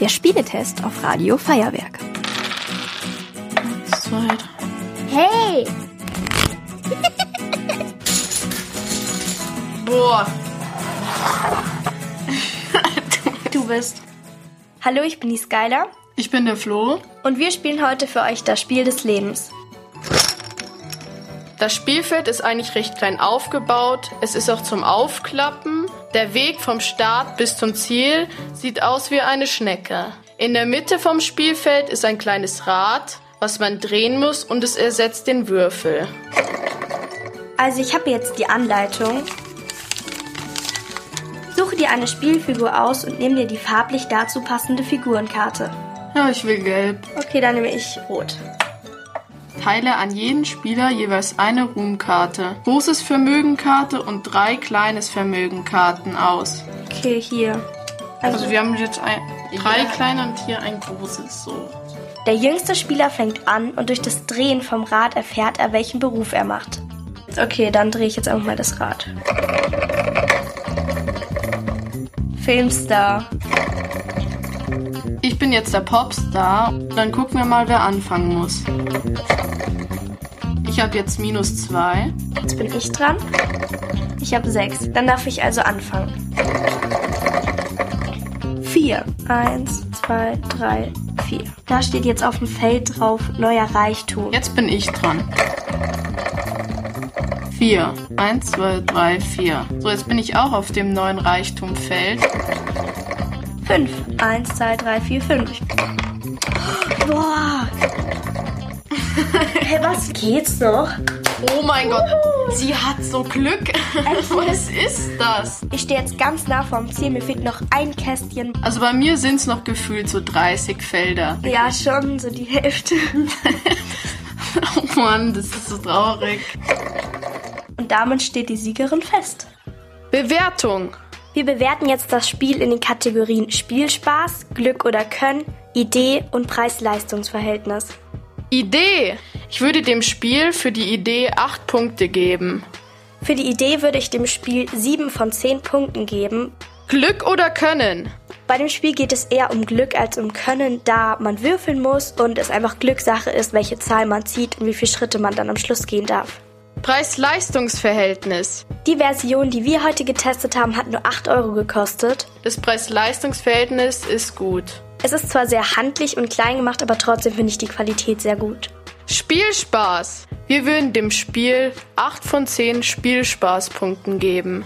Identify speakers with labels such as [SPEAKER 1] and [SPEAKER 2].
[SPEAKER 1] Der Spieletest auf Radio Feuerwerk.
[SPEAKER 2] Zwei, drei.
[SPEAKER 3] Hey!
[SPEAKER 2] Boah. du, du bist.
[SPEAKER 1] Hallo, ich bin die Skyler
[SPEAKER 2] Ich bin der Flo.
[SPEAKER 1] und wir spielen heute für euch das Spiel des Lebens.
[SPEAKER 2] Das Spielfeld ist eigentlich recht klein aufgebaut. Es ist auch zum Aufklappen. Der Weg vom Start bis zum Ziel sieht aus wie eine Schnecke. In der Mitte vom Spielfeld ist ein kleines Rad, was man drehen muss und es ersetzt den Würfel.
[SPEAKER 1] Also ich habe jetzt die Anleitung. Suche dir eine Spielfigur aus und nimm dir die farblich dazu passende Figurenkarte.
[SPEAKER 2] Ja, ich will gelb.
[SPEAKER 1] Okay, dann nehme ich rot.
[SPEAKER 2] Teile an jeden Spieler jeweils eine Ruhmkarte, großes Vermögenkarte und drei kleines Vermögenkarten aus.
[SPEAKER 1] Okay, hier.
[SPEAKER 2] Also wir haben jetzt ein, drei kleine und hier ein großes so.
[SPEAKER 1] Der jüngste Spieler fängt an und durch das Drehen vom Rad erfährt er, welchen Beruf er macht. Okay, dann drehe ich jetzt einfach mal das Rad. Filmstar.
[SPEAKER 2] Ich bin jetzt der Popstar. Dann gucken wir mal, wer anfangen muss. Ich habe jetzt minus zwei.
[SPEAKER 1] Jetzt bin ich dran. Ich habe sechs. Dann darf ich also anfangen. Vier. Eins, zwei, drei, vier. Da steht jetzt auf dem Feld drauf neuer Reichtum.
[SPEAKER 2] Jetzt bin ich dran. Vier. Eins, zwei, drei, vier. So, jetzt bin ich auch auf dem neuen Reichtumfeld.
[SPEAKER 1] Fünf. Eins, zwei, drei, vier, fünf. Boah. hey, was geht's noch?
[SPEAKER 2] Oh mein Gott, sie hat so Glück. Was ist das?
[SPEAKER 1] Ich stehe jetzt ganz nah vorm Ziel. Mir fehlt noch ein Kästchen.
[SPEAKER 2] Also bei mir sind es noch gefühlt so 30 Felder.
[SPEAKER 1] Ja, schon, so die Hälfte.
[SPEAKER 2] Oh Mann, das ist so traurig.
[SPEAKER 1] Und damit steht die Siegerin fest.
[SPEAKER 2] Bewertung.
[SPEAKER 1] Wir bewerten jetzt das Spiel in den Kategorien Spielspaß, Glück oder Können, Idee und Preis-Leistungs-Verhältnis.
[SPEAKER 2] Idee. Ich würde dem Spiel für die Idee 8 Punkte geben.
[SPEAKER 1] Für die Idee würde ich dem Spiel 7 von 10 Punkten geben.
[SPEAKER 2] Glück oder Können?
[SPEAKER 1] Bei dem Spiel geht es eher um Glück als um Können, da man würfeln muss und es einfach Glückssache ist, welche Zahl man zieht und wie viele Schritte man dann am Schluss gehen darf.
[SPEAKER 2] Preis-Leistungs-Verhältnis.
[SPEAKER 1] Die Version, die wir heute getestet haben, hat nur 8 Euro gekostet.
[SPEAKER 2] Das Preis-Leistungs-Verhältnis ist gut.
[SPEAKER 1] Es ist zwar sehr handlich und klein gemacht, aber trotzdem finde ich die Qualität sehr gut.
[SPEAKER 2] Spielspaß. Wir würden dem Spiel 8 von 10 Spielspaßpunkten geben.